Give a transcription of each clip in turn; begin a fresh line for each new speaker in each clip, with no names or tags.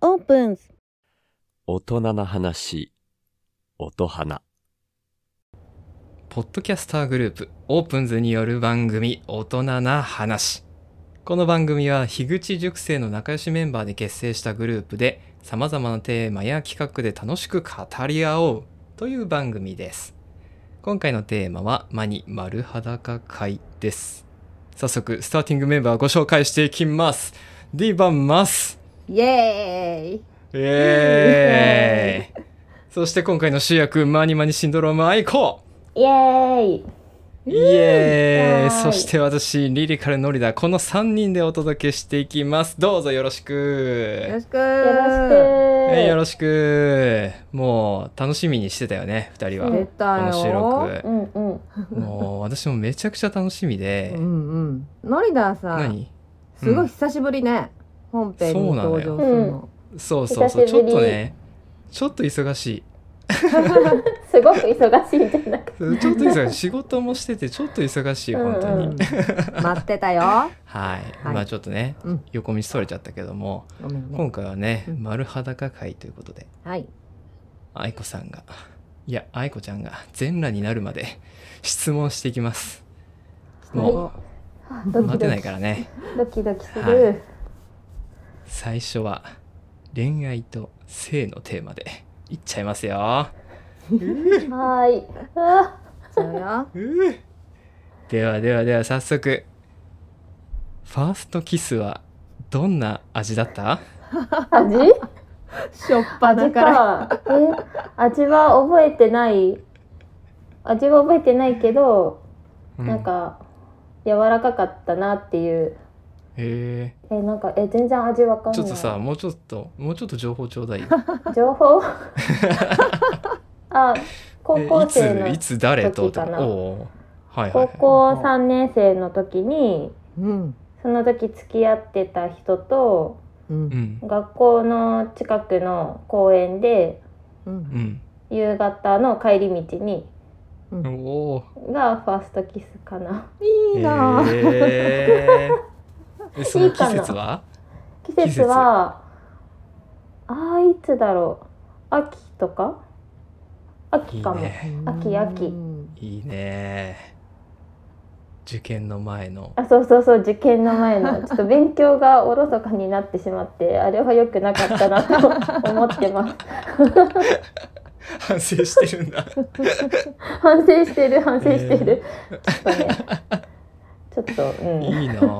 opens,
大人な話、音花。
ポッドキャスターグループオープンズによる番組大人な話この番組は樋口塾生の仲良しメンバーで結成したグループでさまざまなテーマや企画で楽しく語り合おうという番組です今回のテーマは「マニ丸裸会」です早速スターティングメンバーご紹介していきますディーバンマス
yay!
えーイそして今回の主役マニマニシンドロームアイコ
Yay!
イエー
は
イ
ーい
そして私リリカルノリだこの3人でお届けしていきますどうぞよろし
よろ
く
しく
よろしく
はいよろしくもう楽しみにしてたよね2人は、
出たよ
この収録
うんうん。
もう私もめちゃくちゃ楽しみで、
うんうんノリダーさん
何
すごい久しぶりね、本編に登場するの
そうそうそう
久し
ち
ぶ
ょ
り
っとねちょっと忙しい
すごく忙しいんじゃない
ちょっと忙しい仕事もしててちょっと忙しい本当に、
うんうん
待ってたよ
はい、
はい
まあちょっとね、
うん
横道それちゃったけども
ごめんね
今回はね
うん
丸裸会ということで
はい
愛子さんがいや愛子ちゃんが全裸になるまで質問していきますも
ドキ
待て
ド
ない
キ
からね
ドキドキする。
は最初は恋愛と性のテーマでいっちゃいますよ
はーい。あ
そう よ
ううではではでは早速ファーストキスはどんな味だった
味
しょっぱだ
味
から
か。え、味は覚えてない。味は覚えてないけど、なんか柔らかかったなっていう。
うんへ
え、なんかえ全然味わかんな
え
い。
ちょっとさもうちょっともうちょっと情報ちょうだいよ
情 報あ高校生の
えいついつ誰と
時かな
おうはいはい
高
はい
校3年生の時に
うん
その時付き合ってた人と
う
うんん
学校の近くの公園で
う
うんん
夕方の帰り道に
おお
がファーストキスか ない
いなぁ
えー、えその季節は
季節はあーいつだろう秋とか秋かも
いいね
秋秋
うん
いいね受験の前の
あそうそうそう受験の前のちょっと勉強がおろそかになってしまってあれは良くなかったなと思ってます
反省してる んだ
反省してる反省してる、ちょっとねちょっとう
い
ん
いなぁ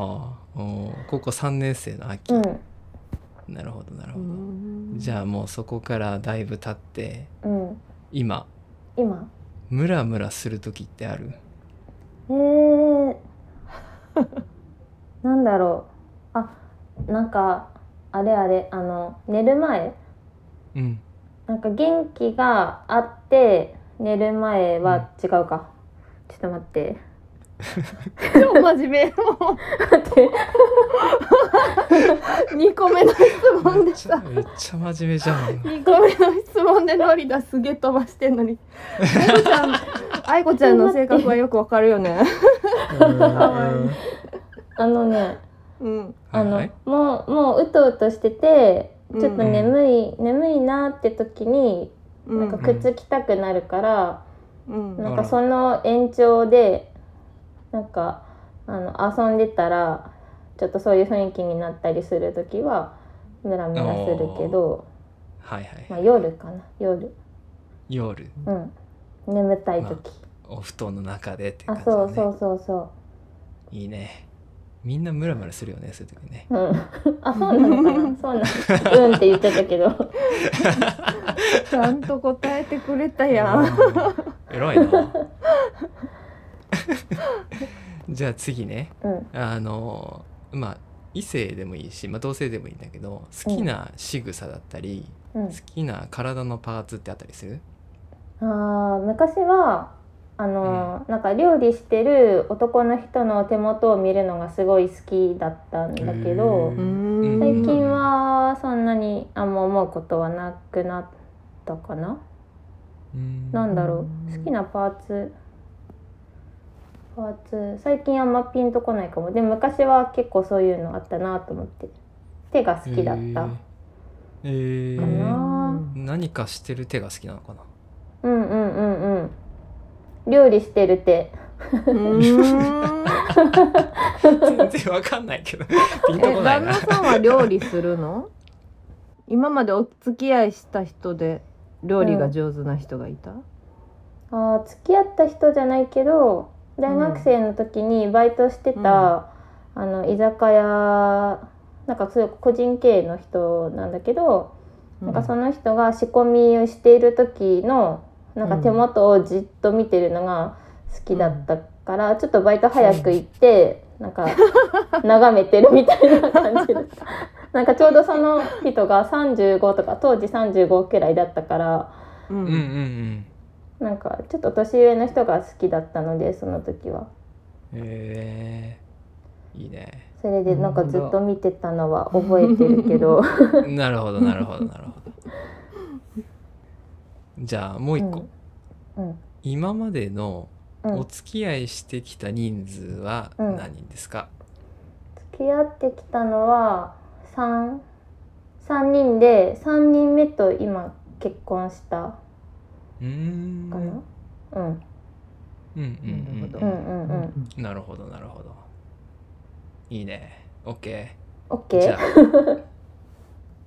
おー高校3年生の秋、
うん
なるほどなる
う
ほど、
ん
じゃあもうそこからだいぶ経って
うん
今
今
ムラムラする時ってある
えー、なんだろうあなんかあれあれあの寝る前
うん
なんか元気があって寝る前は違うか、ちょっと待って
超真面目も
待 って
う2個目の質問
め
で
っちゃ
さ
めっちゃ真面目じゃん
2個目の質問でノリダすげえ飛ばしてんのに愛子ち ゃん愛子ちゃんの性格はよくわかるよね
あのね
うん
あの、
はい
もうもううとうとしててちょっと
うん
眠い、眠いなって時に
う
なんか
ん
靴着たくなるから、
うん
なんかその延長でなんかあの遊んでたらちょっとそういう雰囲気になったりする時はムラムラするけど、
はいはい
まあ、夜かな夜
夜
うん眠たい時、
お布団の中でって
あ
感じだ、ね、
そうそうそうそ
いいねみんなムラムラするよねそういう時ね
ううん あそうなのかなそうなのうんって言ってたけど
ちゃんと答えてくれた
い
やん。
偉い なじゃあ次ね
うん
あのまあ異性でもいいし、まあ、同性でもいいんだけど好きな仕草だったり、
うん
好きな体のパーツってあったりする
あー昔はあのー、なんか料理してる男の人の手元を見るのがすごい好きだったんだけど、
へー
うん
最近はそんなにあんま思うことはなくなったかな、なんだろう
うん
好きなパーツパーツ最近あんまピンとこないかもでも昔は結構そういうのあったなと思って手が好きだった、
へーえ
かな
ー、何かしてる手が好きなのかな
うんうんうんうん料理してる手
うーん
全然わかんないけ どピンとこな
え
い
旦
な
那さんは料理するの今までお付き合いした人で料理が上手な人がいた、
あー付き合った人じゃないけど大学生の時にバイトしてた、あの居酒屋なんかそういう個人経営の人なんだけど、なんかその人が仕込みをしている時のなんか手元をじっと見てるのが好きだったから、ちょっとバイト早く行って、なんか眺めてるみたいな感じだった。 なんかちょうどその人が35とか当時35くらいだったから。
うん
うんうんうん
なんかちょっと年上の人が好きだったのでその時は
えー、いいね
それでなんか
な
ず
る
っ
ほど
と見てたのは覚えてるけど
なるほどなるほどなるほどじゃあもう一個、
うん
今までの
うん
お付き合いしてきた人数は何人ですか、
付き合ってきたのは33人で3人目と今結婚した
うーん
かな、うん、
うんうんうん
なるほ
う
ど
んうんうん
なるほどなるほどいいね OK じ
OK
ゃあ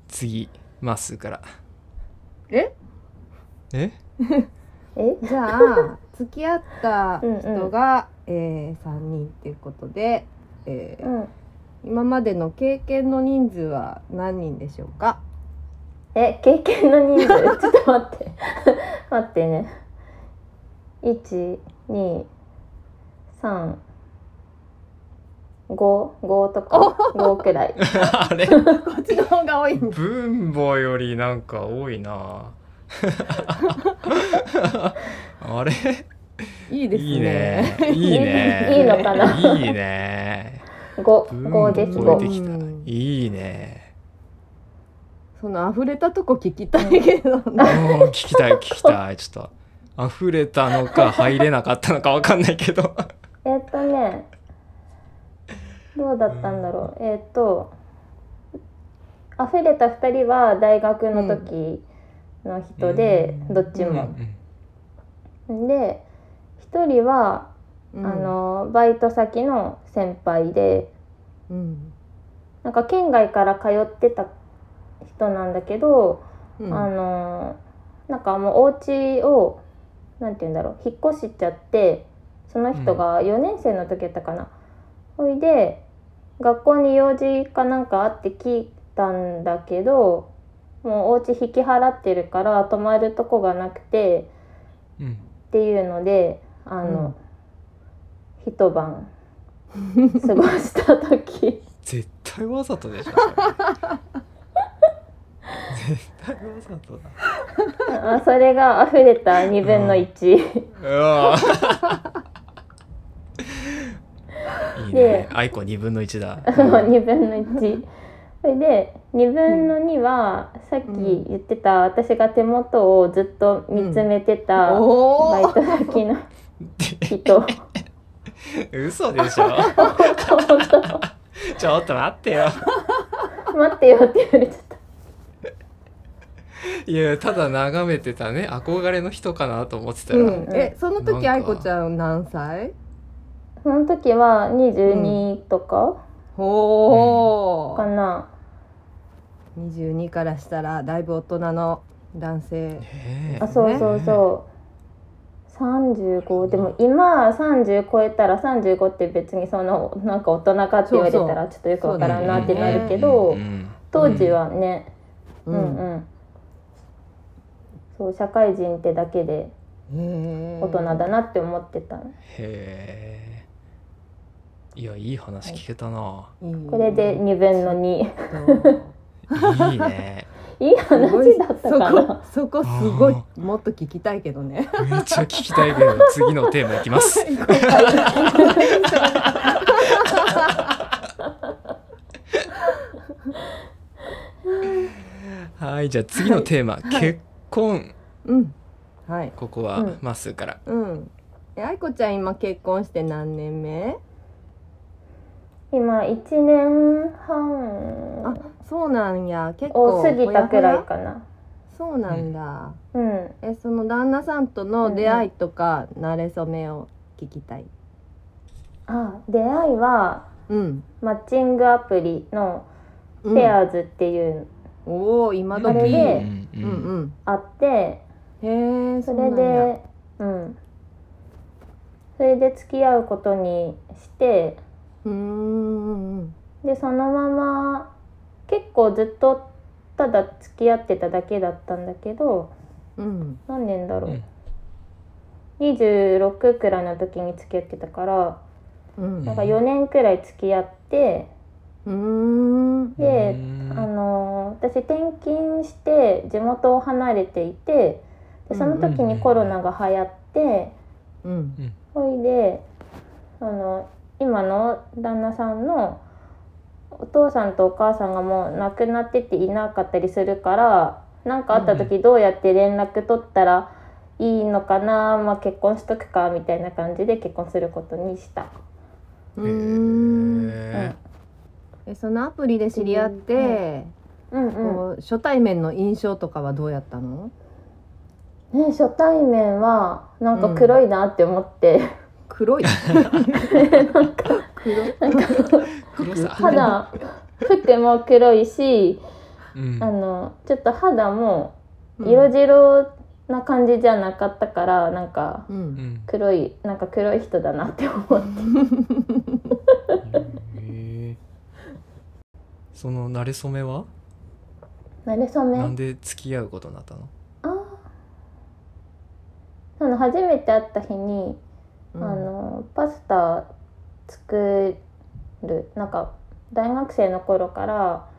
次まっすーから
え
え
え
じゃあ付き合った人が、えー、3人っていうことで、えー
うん
今までの経験の人数は何人でしょうか
え経験の人数 ちょっと待って待ってね1235五とか5くらい
あれ
こっちの方が多いんだ
分母よりなんか多いな あれ
いいですね
いいねいいね
いいのかない
いね
五
分
五
母
です
超えて
五。
きた
うん
いいね
その溢れたとこ聞きたいけど
お
ね
ー聞きたい聞きたいちょっと溢れたのか入れなかったのかわかんないけど
えっとね、どうだったんだろう。えっと、溢れた二人は大学の時の人で、
うん
どっち
うんう
も。
ん
で、一人は、
う ん
あのバイト先の先輩で、
うん
なんか県外から通ってた人なんだけど、
うん
あのなんかもうお家をなんて言うんだろう引っ越しちゃってその人が4年生の時やったかな、ほいで学校に用事かなんかあって聞いたんだけどもうお家引き払ってるから泊まるとこがなくて
うん
っていうのであの、一晩過ごした時
絶対わざとでしょそれ絶対わざとだ
あそれが溢れた2分の1。
うわぁいいね
で
アイコ2分の1だ
2分の1それで2分の2はさっき言ってた、私が手元をずっと見つめてた
お
バイ
ー
ト先の人
嘘でしょちょっと待ってよ
待ってよって言われちゃった
いやただ眺めてたね憧れの人かなと思ってたら、
うんえその時
な
愛
んか
子ちゃん何歳
その時は22とか
ほ
か
ー
な、
22からしたらだいぶ大人の男性
ねえ
あそうそうそう35でも今30超えたら35って別にそのなんか大人かって言われたらちょっとよくわからんなってなるけど、
うんうん
当時はね、
う
うんんうん、そう社会人ってだけで
大
大人だなって思ってた、
へえいやいい話聞けたな、
これで2分の2
いいね
いい話だったかな
そこそこすごいもっと聞きたいけどね
めっちゃ聞きたいけど次のテーマいき ますはいじゃあ次のテーマ、結婚
うんはい
ここは
うん
まっすーから、
うんえ愛子ちゃん今結婚して何年目
今1年半
あそうなんや結
を
構
過ぎたくらい
ほやほや
かな
そうなんだ、
うん
えその旦那さんとの出会いとか、馴れ初めを聞きたい
あ出会いは
うん、
マッチングアプリの
う
ペ
ん、
アーズっていう
おお今
あれで
うん
時う
うんんうん
うん
あって、
へえ
それでうんそれで付き合うことにして
うーん
でそのまま結構ずっとただ付き合ってただけだったんだけど
うん
何年だろ
う、
うん26くらいの時に付き合ってたから
うん
なんか4年くらい付き合って
うんうん
で
うん
あの私転勤して地元を離れていてでその時にコロナが流行って
うん
ほいであの今の旦那さんのお父さんとお母さんがもう亡くなってていなかったりするから何かあった時どうやって連絡取ったらいいのかな、まあ、結婚しとくかみたいな感じで結婚することにした。
う
へ
ん
え
えそのアプリで知り合って、
うんうん
こう初対面の印象とかはどうやったの
ね、初対面はなんか黒いなって思って、
黒い黒い
黒さ
肌服も黒いし
うん
あのちょっと肌も
うん
色白な感じじゃなかったから、なんか
う
うんん
黒いなんか黒い人だなって思って
へえその馴れ初めは
なれそめ
なんで付き合うことになったの
あーその初めて会った日に、
うん
あのパスタ作るなんか大学生の頃から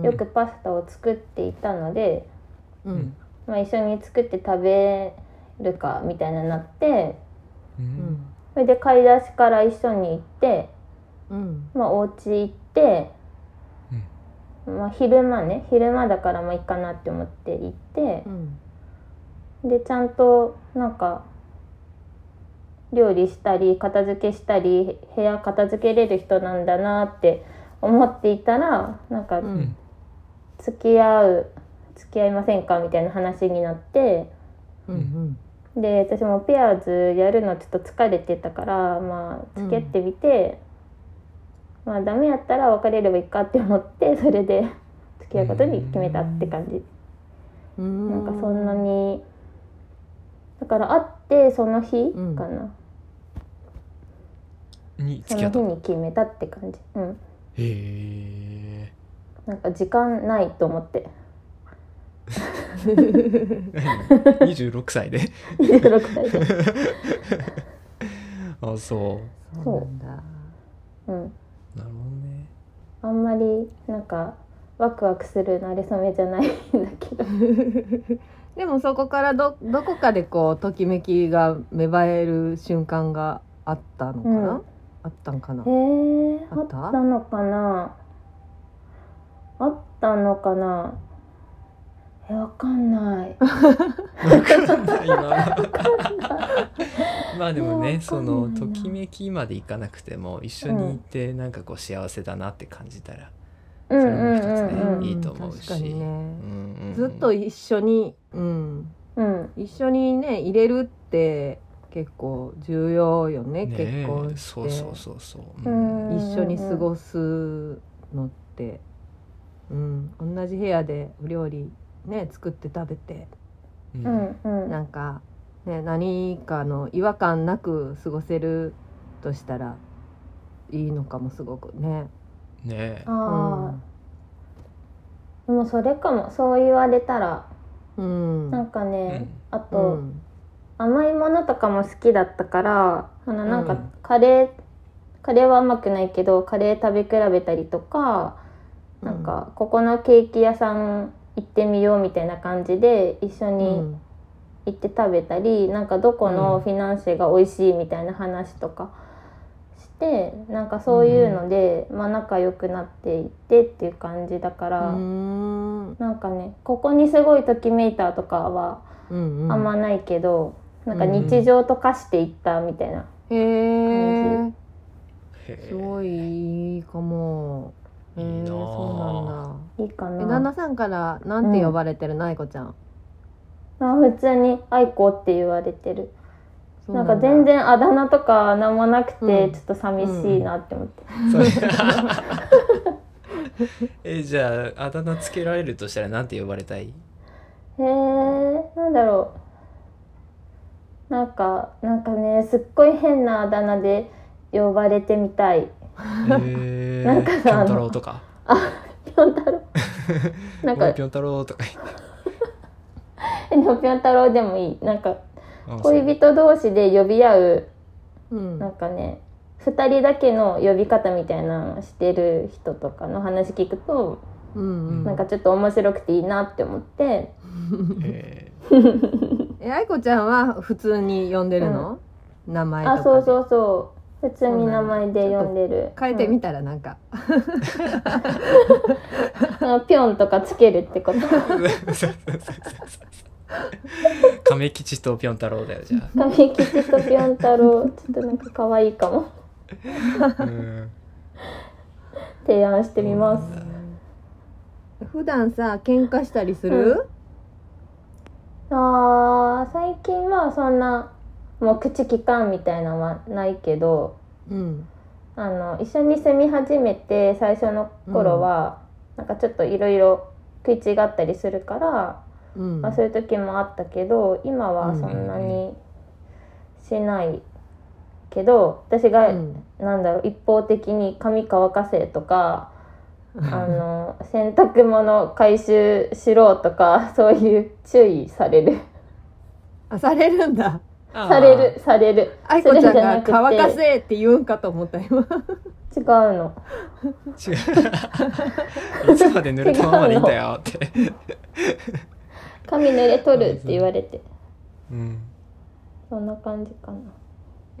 よくパスタを作っていたので、
うん
まあ、一緒に作って食べるかみたいななって
う
うんん
それで買い出しから一緒に行って、
うん
まあ、お家行って、まあ、昼間ね昼間だからまあいいかなって思って行って
う、ん
でちゃんとなんか料理したり片付けしたり部屋片付けれる人なんだなって思っていたらなんか
うん
付き合う、付き合いませんかみたいな話になって
うん
で私もペアーズやるのちょっと疲れてたからまあ付き合ってみて、まあダメやったら別れればいいかって思ってそれで付き合うことに決めたって感じ、
うん
なんかそんなにだから会ってその日
うん
かな、
に
そ
付き
の
合った
日
の
に決めたって感じうん
へえ
なんか時間ないと思って
26歳で
26歳で
あそ
そうなんだ
うん
うなるほどね
あんまりなんかワクワクするなれそめじゃないんだけど
でもそこからどどこかでこうときめきが芽生える瞬間があったのかな、
うん
あったんかな
えー、
あ
あ
っ
ったたのかなあったのかなえわかん ない
わかんないなまあでも
いや
ね
わか
そ
んない
の
な
ときめきまでいかなくても一緒にいてなんかこう幸せだなって感じたら、
うん
そうれも
ん
一つ
う
ね
ん
いいと思うし
確かにね
うんうんうん
ずっと一緒に、うん、
うんうん
一緒にね入れるって結構重要よね
ね
結婚して
そうそうそうそう、
うん
一緒に過ごすのって、うん、同じ部屋でお料理ね作って食べて
うん
うんうん
なんか、ね、何かの違和感なく過ごせるとしたらいいのかもすごくね。
ね
ああ、でもそれかもそう言われたら
うん、
なんかね、あ
う
と、
ん
甘いものとかも好きだったからあのなん
う
か
ん
カレー、カレーは甘くないけどカレー食べ比べたりとか、なんかここのケーキ屋さん行ってみようみたいな感じで一緒
う
に
ん
行って食べたり、なんかどこ
うん
のフィナンシェが美味しいみたいな話とかしてなんかそういうので、まあ、仲良くなっていってっていう感じだから、
うん
なんかねここにすごいときめいたとかは
うんうん
あんまないけど、なんか
うん
日常と化していったみたいな、
へ
感
え
へ
す
え
ごいいいかも。
い
え
いなあ
ー、そうなんだ。
いいか
え旦那
な
さんからなんて呼ばれてるの、愛子ちゃん。
あ普通に「愛子」って言われてる
そう
なんか全
だ。
然あだ名とか何もなく
う
て
ん
ちょっと寂しいなって思って、
それえじゃああだ名つけられるとしたらなんて呼ばれたい
へえなんだろうなんかなんかねすっごい変なあだ名で呼ばれてみたい
え
なん
キ
かさ
ョン太郎とか
ぴょん太郎なん
おい
か
ピョン太郎とか
でもぴょん太郎でもいいなんか
あそう
恋人同士で呼び合う
うん。
なんかね2人だけの呼び方みたいなのをしてる人とかの話聞くと
うんうん。
なんかちょっと面白くていいなって思って
え
え愛子ちゃんは普通に呼んでるの？名前とか
あ
で。
そうそうそう普通に名前で呼んでる
変えてみたらなんか。
うんぴょんとかつけるってこと
亀吉とピョン太郎だよ じゃ
神吉とぴょん太郎ちょっとなんか可愛いかも
あ、うん、
提案してみます
普段さ喧嘩したりする？
あー最近はそんなもう口きかんみたいなのはないけど
うん。
あの一緒に住み始めて最初の頃は、なんかちょっといろいろ食い違ったりするから、
うん。
まあ、そういう時もあったけど今はそんな
うんう
にしないけど私が、
うん
なんだろう一方的に髪乾かせとか。あの洗濯物回収しろとか そういう注意される
あされるんだ。
されるされる
愛子ちゃん
それじゃな
が
くて
乾かせって言うんかと思った
違
今。
うの
違ういつまで濡れたままでいいんだ よって、
髪濡れとるって言われて
うん、
そんな感じかな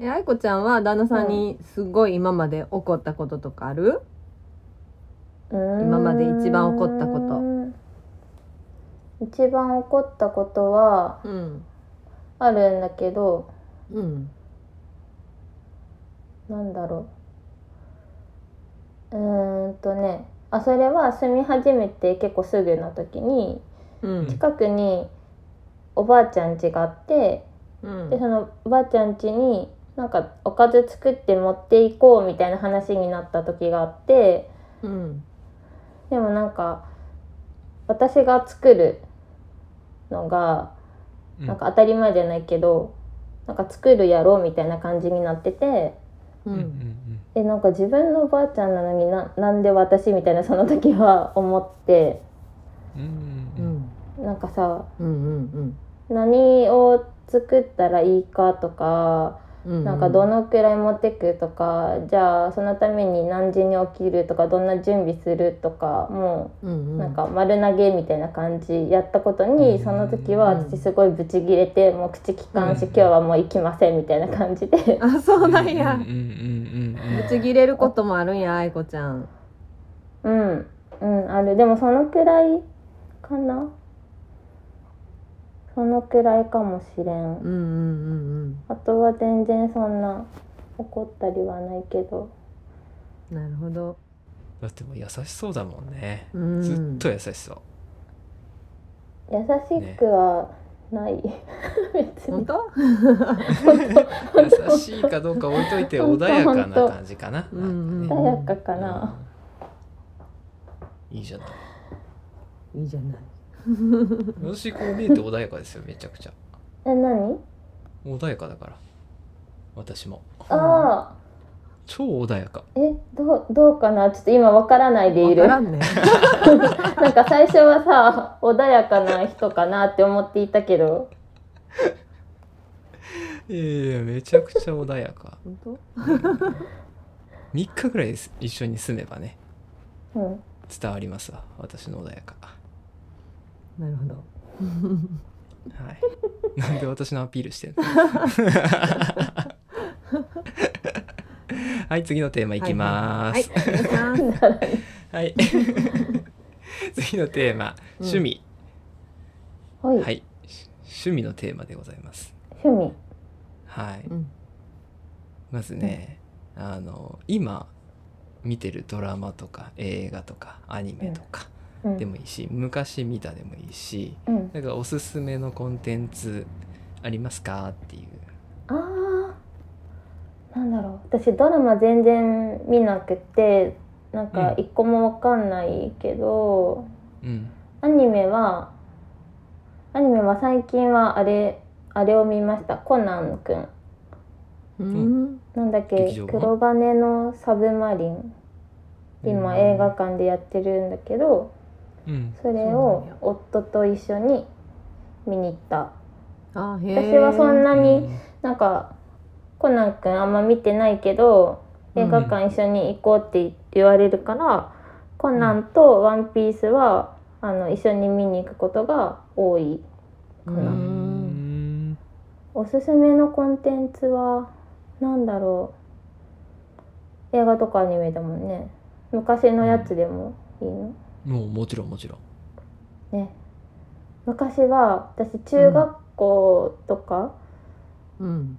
え愛子ちゃんは旦那さんにすごい今まで怒ったこととかある？
今
今まで一番怒ったこと
一番怒ったことは
うん。
あるんだけど
うん。
なんだろううーんとねあそれは住み始めて結構すぐの時に
うん。
近くにおばあちゃん家があって
うん
でそのおばあちゃん家になんかおかず作って持っていこうみたいな話になった時があって
うん。
でもなんか私が作るのが
うん
なんか当たり前じゃないけど、なんか作るやろうみたいな感じになってて
う
うんうん
ん。
えなんか自分のおばあちゃんなのにななんで私みたいなその時は思って
うんうん
う
うん
ん。
なんかさ
うん。うん。
何を作ったらいいかとか
うん。
なんかどのくらい持ってくとかじゃあそのために何時に起きるとかどんな準備するとかも
うんう。
うんなんか丸投げみたいな感じやったことに、
うん
その時は
うん
私すごいブチギレてもう口きかんし、
うん
今日はもう行きませんみたいな感じで
あそうなんや
うんうん。うんうん
ぶち切れることもあるんや愛子ちゃん。
うんうんあるでもそのくらいかなそのくらいかもしれん、
うんうんうん
あとは全然そんな怒ったりはないけど
うん。なるほど。
だってもう優しそうだもんね、
うん。
ずっと優しそう
優しくはない、 別
本
に
当？
優しいかどうか置いといて
本
穏
当
やかな感じかな
本当
なんか
穏
ね
やかかな、
うんいいじゃない
いいじゃない。
私こう見えて穏やかですよめちゃくちゃ
え何
穏やかだから私も
ああ
超穏やか
えどうどうかなちょっと今わからないでいる
わからんね。
なんか最初はさ穏やかな人かなって思っていたけど
いやいやめちゃくちゃ穏やか
本当？
3日ぐらいです一緒に住めばね
うん
伝わりますわ私の穏やか
なるほど。
はいなんで私のアピールしてんのはい次のテーマいきま
はい
す
お願いします。
はい、 次のテーマ
うん
趣味、
はい、
はいし趣味のテーマでございます
趣味
はい
うん
まずね、あの今見てるドラマとか映画とかアニメとか
うん、
でもいいし昔見たでもいいし
うん、
なんかおすすめのコンテンツありますかっていう
あーなんだろう私ドラマ全然見なくてなんか
うん
一個もわかんないけど、
うん
アニメはアニメは最近はあれあれを見ましたコナンくん
うん
なんだっけ
劇場版
黒金のサブマリン今映画館でやってるんだけど
うん
それを夫と一緒に見に行った
あへえ
私はそんなに、
うん
なんかコナン君あんま見てないけど
うん
映画館一緒に行こうって言われるから、コナンと「ワンピースはあの一緒に見に行くことが多い
うん
おすすめのコンテンツは何だろう映画とかアニメだもんね昔のやつでもいいの、
もうもちろんもちろん
ね昔は私中学校とか、
うん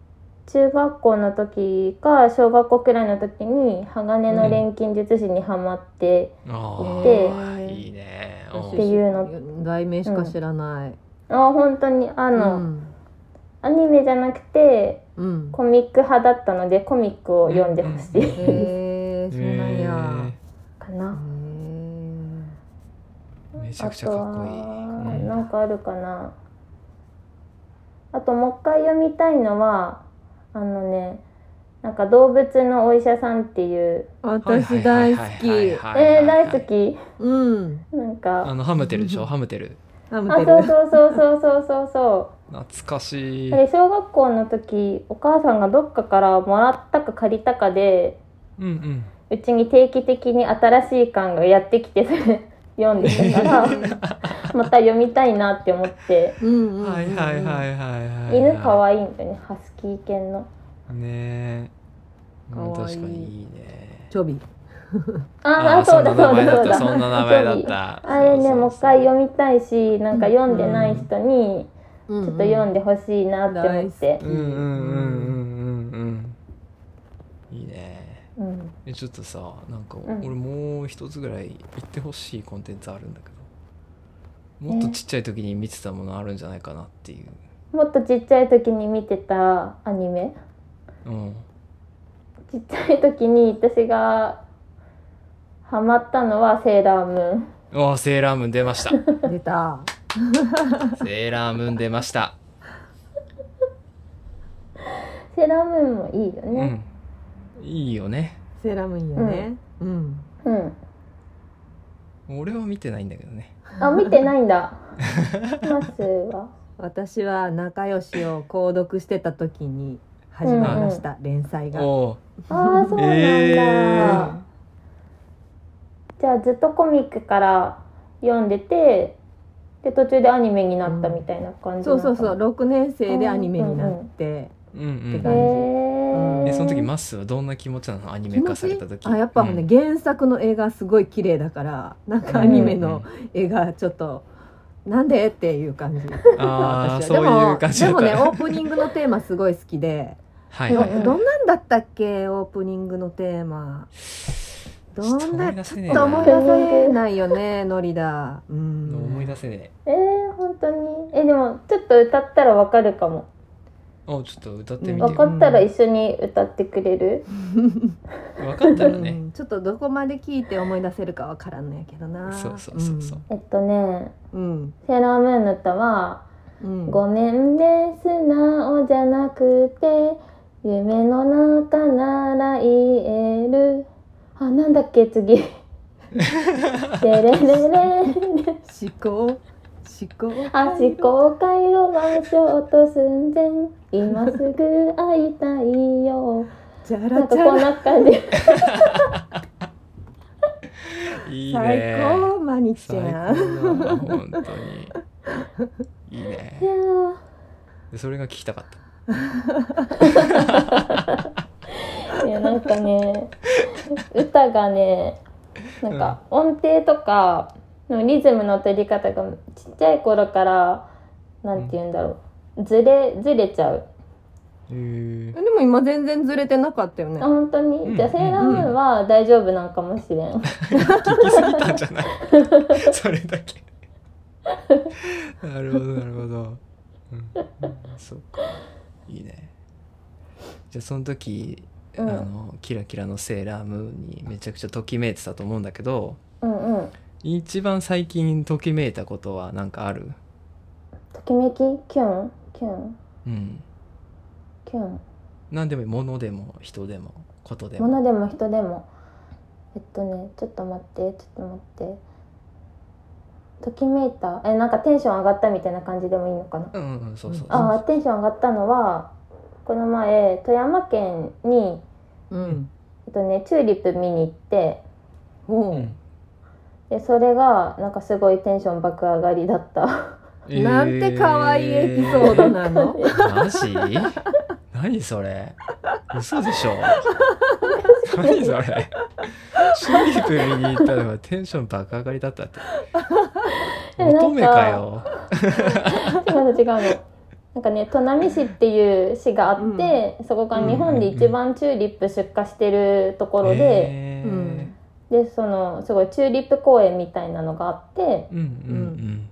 中学校の時か小学校くらいの時に鋼の錬金術師にはまって、
あ
で
あいいね
っていうの
題名しか知らない
あ本当にあ
う
の、
ん
アニメじゃなくて
うん
コミック派だったのでコミックを読んでほしい、
へえそうなんや
かな。
へ
へーめちゃくちゃかっこいい
あと
う
は
ん
なんかあるかなあともう一回読みたいのはあのねなんか動物のお医者さんっていう、
ー私大好き
えー、大好き
うん
なん
あ
か
のハムテルでしょハムテル
ハム
あ
テ
そう
ル
そうそうそうそうそうそう
懐かしい
で小学校の時お母さんがどっかからもらったか借りたかで
うんうん
うちに定期的に新しい感がやってきてそれ読んでたから また読みたいなって思って
うんうんうん
はいはいはいはいはいはい
犬可愛いんだよねハスキー犬の
ねえうん
かわいい
確かにいいね
ちょび
ああそうだそうだそうだ
そんな名前だったそんな名前だった
あれねもう一回
み
読みたいしなんか読んでない人に
ち
ち
ょ
ょっと読んでほしいなって思って、
うんうんうんうんうんうんいいね
うん、
えちょっとさなんか
ん
俺もう一つぐらい言ってほしいコンテンツあるんだけどもっとちっちゃい時に見てたものあるんじゃないかなっていう
もっとちっちゃい時に見てたアニメ
うん
ちっちゃい時に私がハマったのはセーラームーン。
おーセーラームーン出ま した
出た
セーラームーン出ました
セーラームーンもいいよ
う
ね。
んいいよね
セーラームーンよねうん
うん。
俺は見てないんだけどね
あ、見てないんだ。 マスは。
私は仲良しを購読してた時に始まりました連載が
お
ああ、そう
お
なんだ。
えー
じゃあずっとコミックから読んでて、で途中でアニメになったみたいな感じ
そ
な
う
のか
そ
な
うそう6年生でアニメになって
うんうん
感じ
へ
うん
ー
えその時マッスーはどんな気持ちなのアニメ化された時
あやっぱね、
うん
原作の絵がすごい綺麗だからなんかアニメの絵がちょっと、なんでっていう感じ
ああ
私
そう
は
いう感じ
で
だった
もでもねオープニングのテーマすごい好きで、
はい
うん
はい
うん
どんなんだったっけオープニングのテーマどんなち
ちょっと思い出せねえ
ょっ
な
と思い出せないよねノリだう
思い
ん
出せね
えー、本当に。え、でもちょっと歌ったらわかるかも。
えおちょっと歌ってみてよ
わかったら一緒に歌ってくれる。
分かったら
う
ね
んちょっとどこまで聞いて思い出せるかわからんのやけどな
そうそうそうそう
えっとね、
うん
セーラームーンの歌は。
うん、
ごめんね素直じゃなくて夢の中なら言えるあなんだっけ次レレレレ
思考思考
あ思考回路はショート寸前今すぐ会いたいよ
じゃ
な
ら
んか
じゃ
こん
ら
な感じ
いい
最
ね
高マニち
最高
ゃん
だわ本当にいいね
いやー
でそれが聞きたかった
いやなんかね歌がねなんか音程とかのリズムの取り方がちっちゃい頃からなんて言うんだろう、ずれずれちゃう
え
えでも今全然ずれてなかったよね
あ本当
うん
にじゃあセーラームーンは大丈夫なんかもしれん、
聞きすぎたんじゃない それだけなるほどなるほど、うん、そうかいいねじゃあその時、
うん
あのキラキラのセーラームーンにめちゃくちゃときめいてたと思うんだけど
うんうん
一番最近ときめいたことはなんかある
ときめきキュンキュン
うん
キュン
何でもいい物でも人でもことでも
物でも人でもえっとねちょっと待ってちょっと待ってときめいたえなんかテンション上がったみたいな感じでもいいのかな
うんうんうんそうそうそう
あーテンション上がったのはこの前富山県に、
うん
えっとね、チューリップ見に行って
う
おうん
でそれがなんかすごいテンション爆上がりだった
なんて可愛いエピソードなの
マジ何それ嘘でしょ何それシュリープ見に行ったのがテンション爆上がりだったって
えなんか
乙女かよ
違うの違うのなんかね砺波市っていう市があって、そこが日本で一番チューリップ出荷してるところで、
へ
う
ー
ん
でそのすごいチューリップ公園みたいなのがあって
うん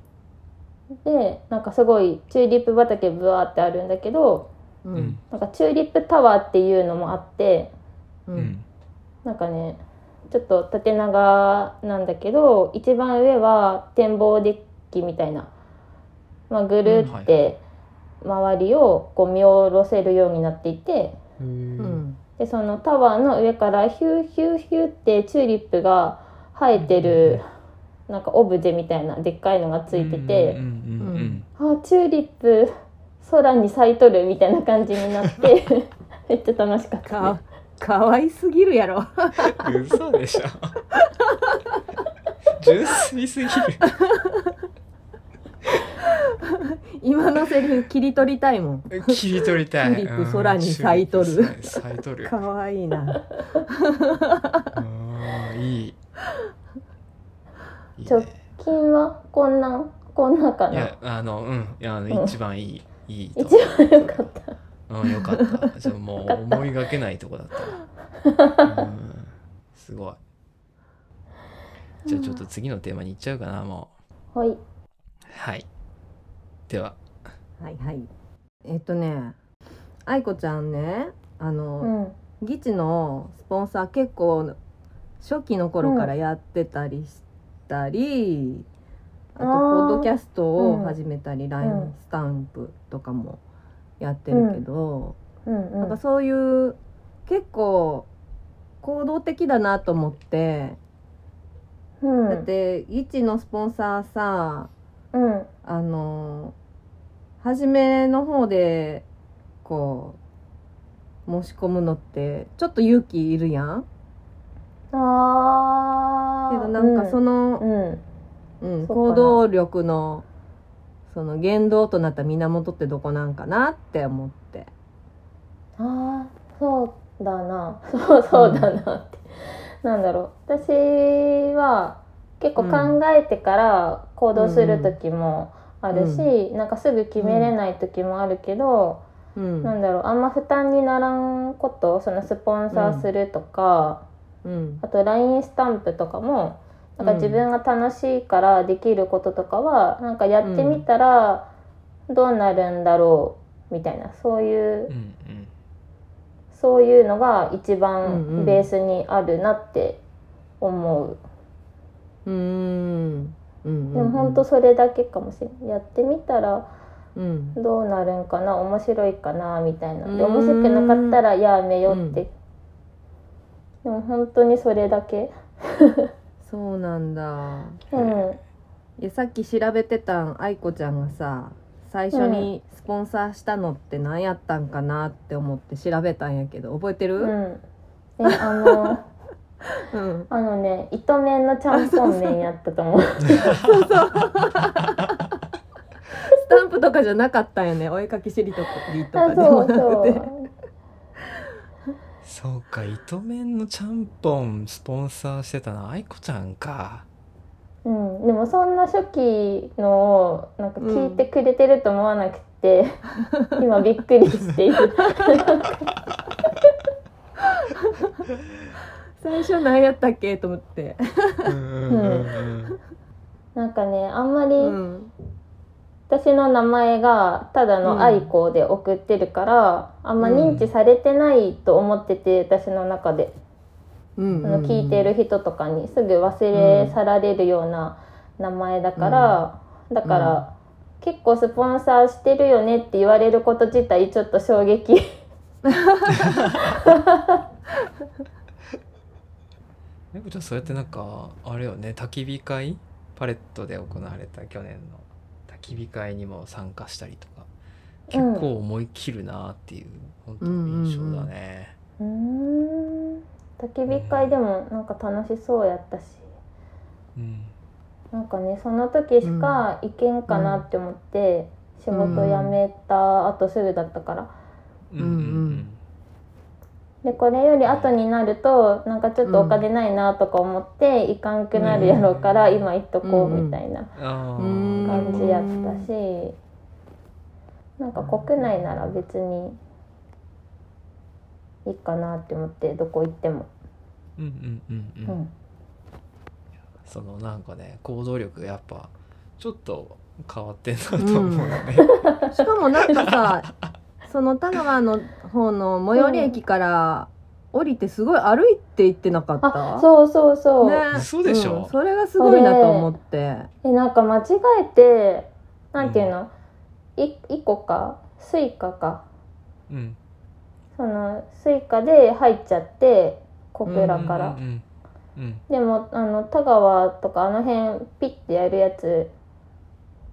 うん
でなんかすごいチューリップ畑ブワーってあるんだけど
う
うんうん
ん
なんかチューリップタワーっていうのもあって
う
うんん
なんかねちょっと縦長なんだけど一番上は展望デッキみたいな、まあ、ぐる
うんは
っ
い
て周りをこう見下ろせるようになっていて
う
うん
ん
でそのタワーの上からヒューヒューヒューってチューリップが生えてるなんかオブジェみたいなでっかいのがついて
う
て
んうんうんうん
あーチューリップ空に咲いとるみたいな感じになって めっちゃ楽しかったね、
か可愛すぎるやろ
嘘でしょ 純粋すぎる
今のセリフ切り取りたいもん
切り取りたい
チューリップ空に咲いと
う
る
んチューリップ空に咲いとる
可愛いな
あーいい。いいね
ちょっ金はこんなんこんなか
い
な
やあのうんいやあ
う
の
ん
一番いい、いいと
一番良かった
うんよかったじゃあもう思いがけないとこだったわ、うん、すごいじゃあちょっと次のテーマに行っちゃうかなも
はい。
うはいでは
はいはいえっとね愛子ちゃんねあの、
うん。
ギチのスポンサー結構初期の頃からやってたりしたり、あとポ
あー
ッドキャストを
うん
始めたり LINE、
うん
スタンプとかもやってるけど、
うん
なんかそういう結構行動的だなと思って、
うん。
だってギチのスポンサーさ
うん。
あの初めの方でこう申し込むのってちょっと勇気いるやん。
ああ。
けどなんかその、
うん。うん。
う
そう
ん
かな
行動力のその言動となった源ってどこなんかなって思って
ああ、そうだな。そうそうだなって。なんだろう。私は結構考えてから行動する時もあるし、なんかすぐ決めれない時もあるけど、
うん
なんだろう、あんま負担にならんこと、そのスポンサーするとか、
うん
あと LINE スタンプとかもなんか
うん
自分が楽しいからできることとかは、なんかやってみたらどうなるんだろうみたいなそういう、
うん
そういうのが一
うんう
番
ん
ベースにあるなって思う、
うーんうん
でも本当それだけかもしれないやってみたら
うん
どうなるんかな面白いかなみたいなで
うん
面白くなかったらやめようって、でも本当にそれだけ
そうなんだ
うん
いやさっき調べてたん愛子ちゃんがさ最初にスポンサーしたのって何やったんかなって思って調べたんやけど覚えてる、
うんえあの
うん
あのね糸麺のちゃんぽん麺やったと思う
スタンプとかじゃなかったんよねお絵かきしりとかと
あ
かで
そ
も
う
なくて
そ
そうか糸麺のちゃんぽんスポンサーしてたの愛子ちゃんか
う、うん、でもそんな初期のをなんか聞いてくれてると思わなくて、 て今びっくりしている
最初何やったっけと思って、
うんうんうん
なんかねあんまり
うん、
私の名前がただの愛子で送ってるから、あんま認知されてないと思ってて私の中で、
うん
あの聞いてる人とかにすぐ忘れ去られるような名前だから、だから、結構スポンサーしてるよねって言われること自体ちょっと衝 撃
えじゃあそうやってなんかあれよね焚き火会パレットで行われた去年の焚き火会にも参加したりとか結構思い切るなっていう、本当に印象だね、
うーん焚き火会でもなんか楽しそうやったし
うん
なんかねその時しか行けんかなって思って、仕事辞めた後すぐだったから。
うんうん
でこれより後になるとなんかちょっとお金ないなとか思って行かんくなるやろうから、今行っとこうみたいな
うんあ
うん
ーなる
感
ほ
じ
ど
やったし、なんか国内なら別にいいかなって思ってどこ行っても、
うんうんうん
う
うん
ん、
そのなんかね行動力がやっぱちょっと変わってんなと思うよね、
しかもなんかさその田川の方の最寄り駅から降りてすごい歩いて行ってなかった、
あそうそうそう、
ね
嘘でしょ
うんそれがすごいなと思って
えなんか間違えてなんていうの、い1個かスイカか
うん
そのスイカで入っちゃって小倉から。
うんうんうん
でもあの田川とかあの辺ピッてやるやつ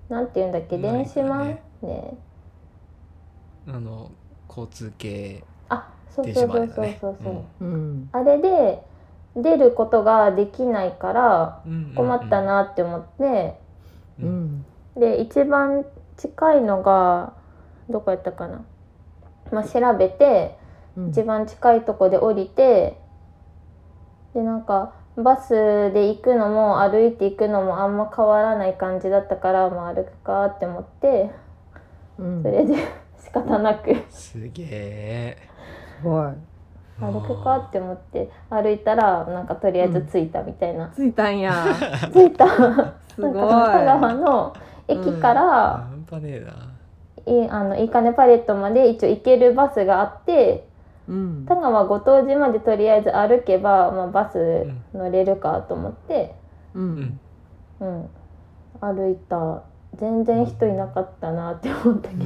なんて言うんだっけ
ない
電子マン
ね
ね
うんあの交通系
あそう
電
そ
子
う
マ
そ
ネ
うそう
ーだね
そうそう、
うん
あれで出ることができないから
うんうんうん
困ったなって思って、
う
うん
ん
で一番近いのがどこやったかな、まあ、調べて
うん
一番近いとこで降りてでなんかバスで行くのも歩いて行くのもあんま変わらない感じだったから、まあ、歩くかって思って
うん
それで 仕方なく
すげえ
すごい
歩くかって思って歩いたらなんかとりあえず着いたみたい な、
着いた んや
着いたなんかそ
すごい
の田川の駅から、
半端ねえない
あのいいかねパレットまで一応行けるバスがあって
うん
田川ご当地までとりあえず歩けば、まあ、バス乗れるかと思って。
う
うんん
うん、歩いた全然人いなかったなって思ったけど、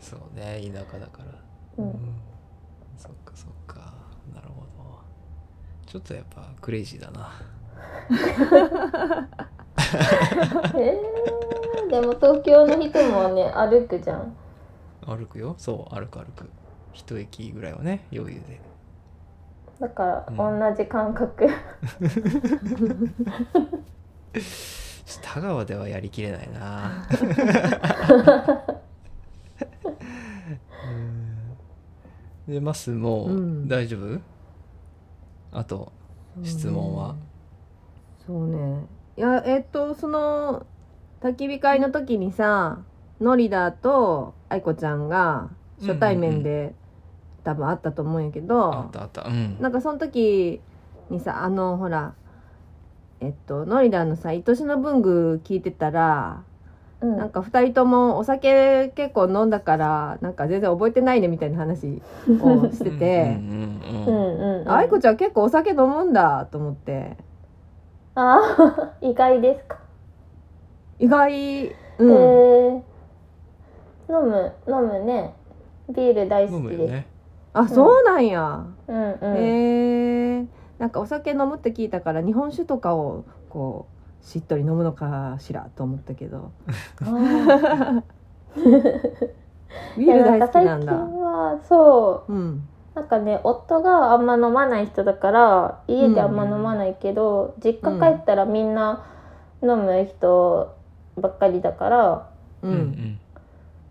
そうね田舎だから
う、
うんんそっかそっかなるほどちょっとやっぱクレイジーだな
えーでも東京の人もね歩くじゃん
歩くよそう歩く歩く一駅ぐらいはね余裕で
だから
う
同じ感覚、
ちょっと田川ではやりきれないな うんでマスも
うん
大丈夫、あと質問は
そうねいやえっとその焚き火会の時にさノリダと愛子ちゃんが初対面で、多分会ったと思うんやけど
あったあったうん
なんかその時にさあのほらえっとノリダのさ愛しの文具聞いてたら
うん
なんか2人ともお酒結構飲んだからなんか全然覚えてないねみたいな話 をしてて
うん
う
うん
んう
うん
んうん
愛子ちゃん結構お酒飲むんだと思って
あー意外ですか、
意外うん、
えー飲む飲むねビール大
飲
好きで
むよ
す、
ね
あそうなんや、
うんうん、
へえなんかお酒飲むって聞いたから日本酒とかをこうしっとり飲むのかしらと思ったけど
あー
ビール大好きなん
いやか最
だ
近はそう
うん
なんかね夫があんま飲まない人だから家であんま飲まないけど、実家帰ったらみんな飲む人ばっかりだから、
う、
うんん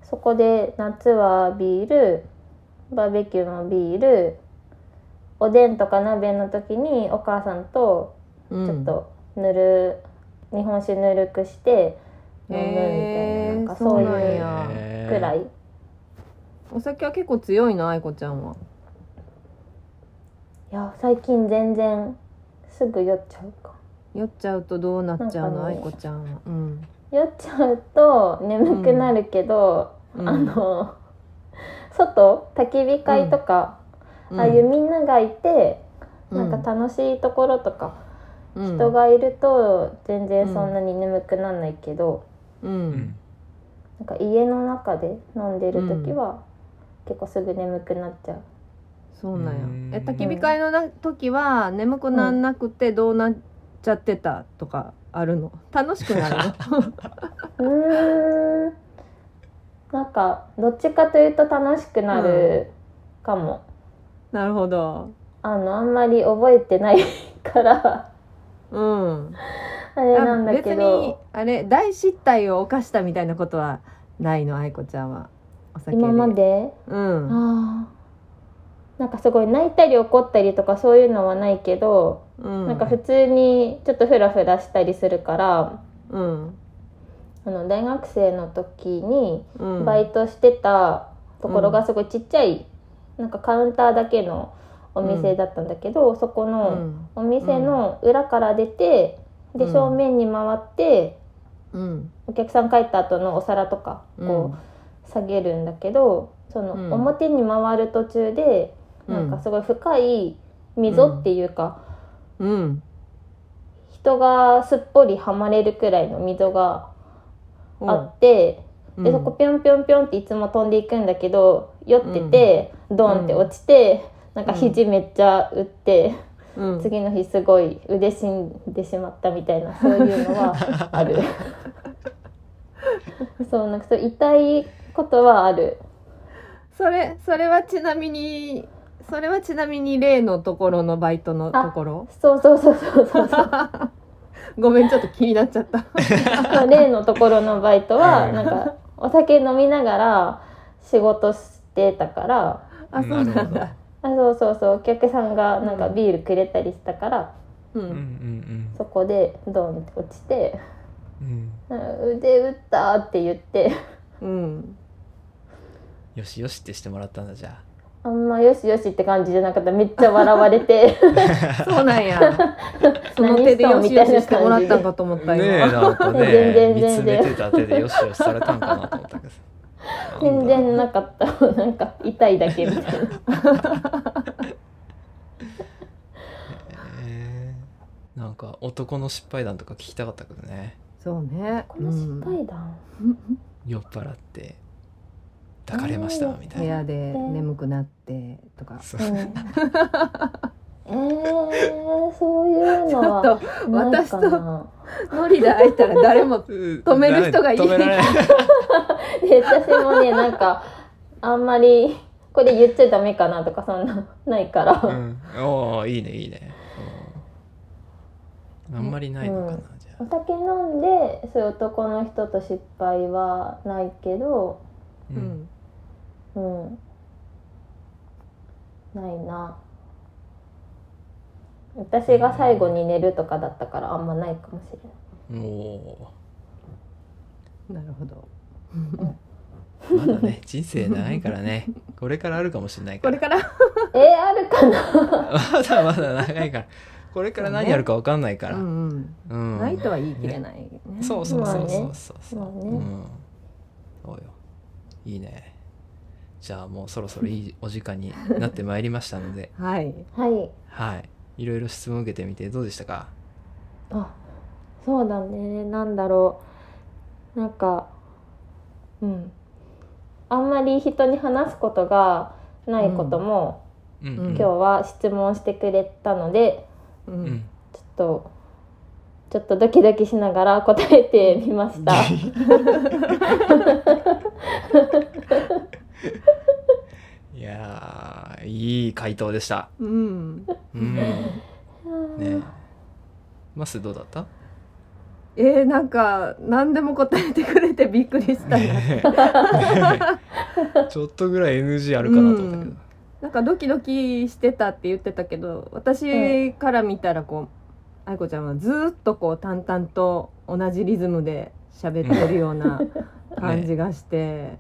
そこで夏はビールバーベキューもビールおでんとか鍋の時にお母さんと
う
ち
ん
ょっとぬる、日本酒ぬるくして飲むみたいな
えー
なんかそうい
そうな
う
んや
くらい
お酒は結構強いの愛子ちゃんはい
や最近全然すぐ酔っちゃうか
酔っちゃうとどうなっちゃうの
なん
愛
かね
子ちゃんはうん
酔っちゃうと眠くなるけど、
うん
あの外焚き火会とか、ああいうみんながいて、なんか楽しいところとか、
うん
人がいると全然そんなに眠くならないけど、
う
うんん
なんか家の中で飲んでる時は、結構すぐ眠くなっちゃう。
そうな
うんん
やえ焚き火会のな時は眠くなんなくてどうなっちゃってたとかあるの楽しくなるの
うーんなんかどっちかというと楽しくなるかも、
なるほど
あのあんまり覚えてないから
うん
あれなんだけ
あ別に
ど
あれ大失態を犯したみたいなことはないの愛子ちゃんはお酒
今まで
うん
あーなんかすごい泣いたり怒ったりとかそういうのはないけど、
うん
なんか普通にちょっとフラフラしたりするから
うん
あの大学生の時に
うん
バイトしてたところがすごいちっちゃい、なんかカウンターだけのお店だったんだけど、そこ
う
の
ん
お店の裏から出て、
う
で
ん
正面に回って
うん
お客さん帰った後のお皿とかこう下げるんだけど、その
うん
表に回る途中で、
うん
なんかすごい深い溝っていうか、
うん
人がすっぽりはまれるくらいの溝があって。
うん
でそこピョンピョンピョンっていつも飛んでいくんだけど酔ってて、ドンって落ちて、なんか肘めっちゃ打って、
うん
次の日すごい腕死んでしまったみたいなそういうの はあるそうなんかそう痛いことはある
それそれはちなみにそれはちなみに例のところのバイトのところ
そうそうそうそうそうそう
ごめんちょっと気になっちゃった
まあ例のところのバイトは
うん
なんかお酒飲みながら仕事してたから
あそ
な
うな
る
ん
ほど
だ
あそうそうそうお客さんがなんかビールくれたりしたから、
う
うんうんん
そこでドンって落ちて
うんうん
「うん腕打った」って言って
うん
よしよしってしてもらったんだじゃ
あんまよしよしって感じじゃなかっためっちゃ笑われて
そうな んやその手でよしよししてもらったんかと思っ
あ
た
ねえ
今
なんかね
全然
見つ
全然
めてた手でよしよしされたんかなと思った けど
全然なかったなんか痛いだけみたいな
えーなんか男の失敗談とか聞きたかったけどね
そうね
この失敗 談、、
酔っ払って抱かれましたみ
うん
た
部
いな
屋で眠くなってとか
そううん
えー、そういう
ち
の
ょっ
は
と
ない
私
か
と
な
ノリで会えたら誰も
止
める人がいない
止められない
で私もねなんかあんまりこれ言っちゃダメかなとかそんなないから、
うん、おおいいねいいね、うんあんまりないのかな、
うん
じゃ
お
あ、
酒飲んでそういう男の人と失敗はないけど
う
うんん
うん。ないな。私が最後に寝るとかだったからあんまないかもしれない。
お
なるほど
ーまだね 人生長いからねこれからあるかもしれないか
こ
ら
れから
えー、あるかな
まだまだ長いからこれから何やるかわかんないから、
うん
うん
うんないとは言い切れないね
そうそうそうそうそうそう、
まあねまあね
うんそうよいいねじゃあもうそろそろいいお時間になってまいりましたので
はい
はい。
はいいろいろ質問受けてみてどうでしたか
あ、そうだね。なんだろう。なんか、うん。あんまり人に話すことがないことも、
うん
うん
今日は質問してくれたので、
う
うんん
ちょっと、ちょっとドキドキしながら答えてみま した。
いやーいい回答でした
うん
うんねマスどうだった
えー、なんか何でも答えてくれてびっくりしたね
ちょっとぐらい NG あるかなと思ったけど、
なんかドキドキしてたって言ってたけど私から見たらこう愛子ちゃんはずーっとこう淡々と同じリズムで喋ってるよう な感じがして、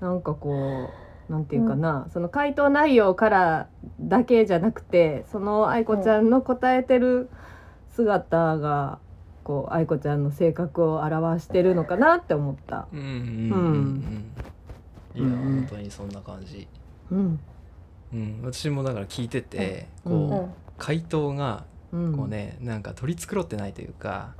なんかこうなんていうかな、その回答内容からだけじゃなくてその愛子ちゃんの答えてる姿がこう愛子ちゃんの性格を表してるのかなって思った。
うんうんうんうんいや
うんうん
本当にそんな感じ、
うん、
うん、私もだから聞いててこ
うん
う
うん回答が
うん、
こうねなんか取り繕ってないというか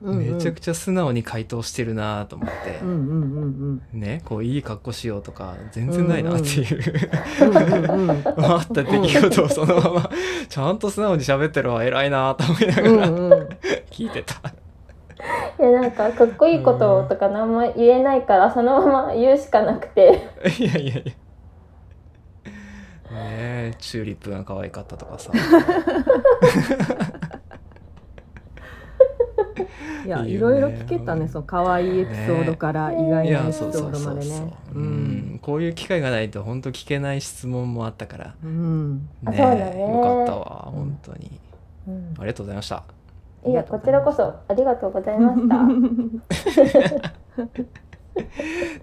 うんうん、
めちゃくちゃ素直に回答してるなと思っ
うん
て
うんうんうん
ねこういい格好しようとか全然ないなっていう
うんうんうん
あった出来事をそのままちゃんと素直に喋ってるわ偉いなと思いな
う
がら
んうん
聞いてた。
いやなんかかっこいいこととか何も言えないからそのまま言うしかなくて
いやいやいや。ねえチューリップが可愛かったとかさ
いや
いいよね
いろいろ聞けたねその可愛いエピソードから
ね
意外
い
な
や
エピソ
そうそ
ー
う
ド
そ
ま
う
で
そう
ね、
う
うん
ん、こういう機会がないと本当聞けない質問もあったから
うん
あ
ね
そうだね
よかったわ本当に
うん
ありがとうございました
いやこちらこそありがとうございました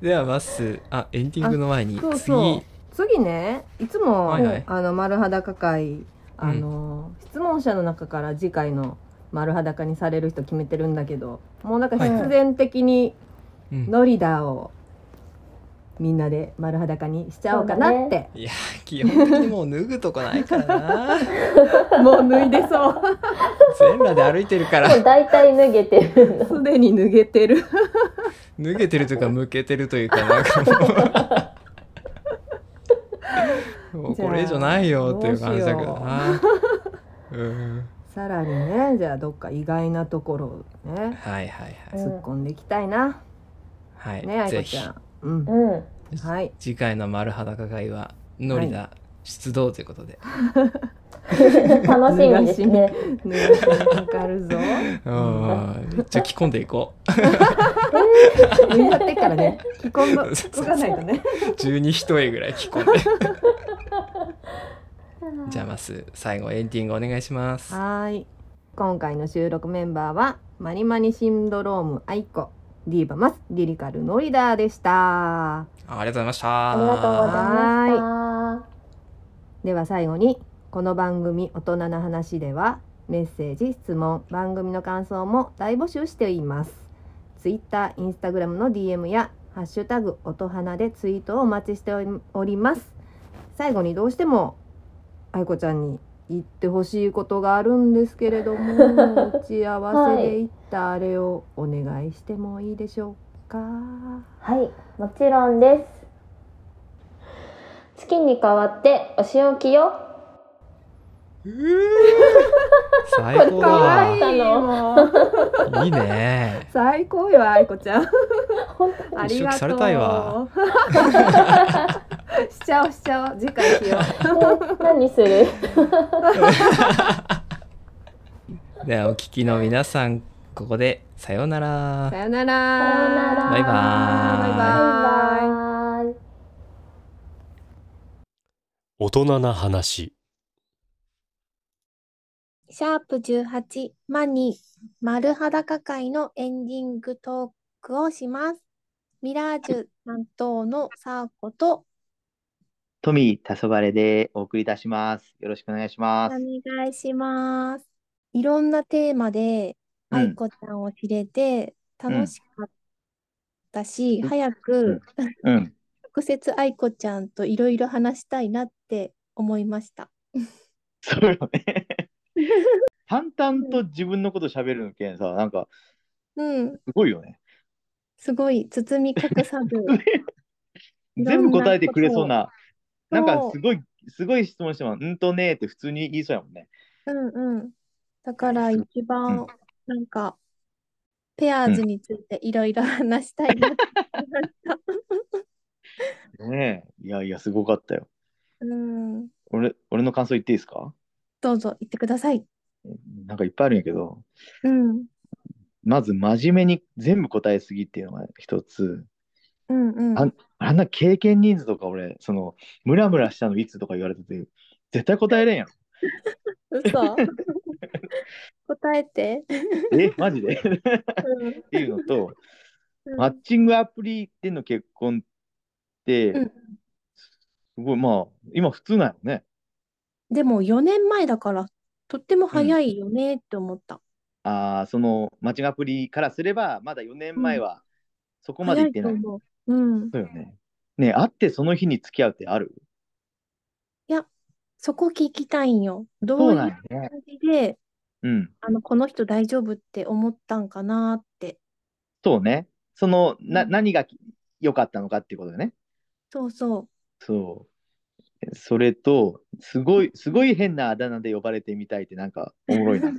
ではまっすーあエンディングの前に
そう
次
そう次ねいつも、
はいはい
あの丸裸会あの、質問者の中から次回の丸裸にされる人決めてるんだけどもうなんか
はい
必然的に
うん
ノリダーをみんなで丸裸にしちゃおうかなって、
いや基本的にもう脱ぐとこないからな
もう脱いで そう
全裸で歩いてるから
もう大体脱げてるの
すでに脱げてる
脱げてるというか向けてるというかなんかもう もうこれ以上ないよっていう感じだけどなうん
さらにねじゃあどっか意外なところをね
はいはい
うん
突っ込んでいきたいな、
はい、
ね
は
あ
い、
い
ぜ
こ
ひ
ちゃん、うん、
うん
はい
次回の「丸裸会」はノリダ出動ということで、
楽しみですね。
ねわかる ぞ
うんめっちゃ着込んでいこ
みんなってっからね着込んど
そうそうそう
動かないとね
う12一重ぐらい着込 んでじゃあまず最後エンディングお願いします
はーい今回の収録メンバーはマニマニシンドロームアイコディーバマスリリカルノリダーでした
ありがとうございました
ありがとうございました。
では最後にこの番組大人の話ではメッセージ質問番組の感想も大募集していますツイッターインスタグラムの DM やハッシュタグ音花でツイートをお待ちしております最後にどうしても愛子ちゃんに言ってほしいことがあるんですけれ ども打ち合わせで言ったあれをお願いしてもいいでしょうか、
はい、もちろんです。月に代わってお仕置きよ。
最 高だ
わ
わ
いい
もう
いいね
最高よ愛子ちゃん
本
あ
一
り
緒に
がとう。
されたいわ
しちゃおうしちゃおう。次回しよう。
当に何する？
ではお聞きの皆さんここでさようなら
さよなら。
さよなら
バイバ
バ
ーイ
バイバイ。
イバイ。
大人な話。
シャープ18マニー丸裸会のエンディングトークをします。ミラージュ担当のサーコと
トミー・タソバレでお送りいたします。よろしくお願いしま
お
す。
願いします。いろんなテーマで
うん
愛子ちゃんを知れて
ん
楽しかったし、
うん
早く
うん。
直接愛子ちゃんといろいろ話したいなって思いました。
そうよね。淡々と自分のこと喋るのけんさ、なんか、
うん、
すごいよね。
すごい包み隠さず。いろんな
全部答えてくれそうな、
こと
な
を
んかすごい、すごい質問しても、うんとねーって普通に言いそうやもんね。
うんうん。だから
す
一番なんか、ペアーズについていろいろ話した いなって思いました。
ねえ。いやいや、すごかったよ。
うん。
俺、俺の感想言っていいですか
どうぞ言ってください。
なんかいっぱいあるんやけど、
うん。
まず真面目に全部答えすぎっていうのが一つ。
うんうん。
ああんな 経験人数とか俺、その、ムラムラしたのいつとか言われてて、絶対答えれんやろ。
嘘答えて。
え、マジでっ
うん
ていうのと、
うん
マッチングアプリでの結婚って、
うん
すごい、まあ、今普通なのね。
でも4年前だから、とっても早いよねって思った。
ああ、その、マッチングアプリからすれば、まだ4年前は、そこまで
早
行っ
い
て
と
ない。
思う。うん。
そうよね。ねえ、会ってその日に付き合うってある
そこ聞きたいんよ。ど
そうう
いう
なん
感
よね。
じで、
うん。
あの、この人大丈夫って思ったんかなって。
そうね。その、な、
うん
何が良かったのかっていうことだね。
そうそう。
そう。それと、すごい、すごい変なあだ名で呼ばれてみたいってなんかおもろいな。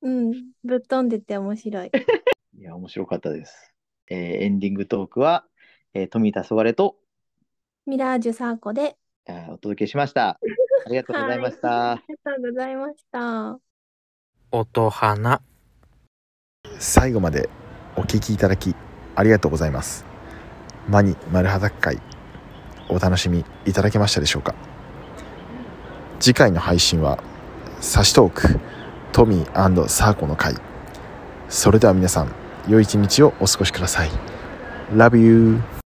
うん。ぶっ飛んでて面白い。
いや、面白かったです。えーエンディングトークは、えー富田そわれと、
ミラージュサーコで。
えーお届けしました。ありがとうございました。
はいありがとうございました。
音花
最後までお聞きいただきありがとうございますマニ丸裸会お楽しみいただけましたでしょうか次回の配信はサシトークトミーサーコの会それでは皆さん良い一日をお過ごしください Love you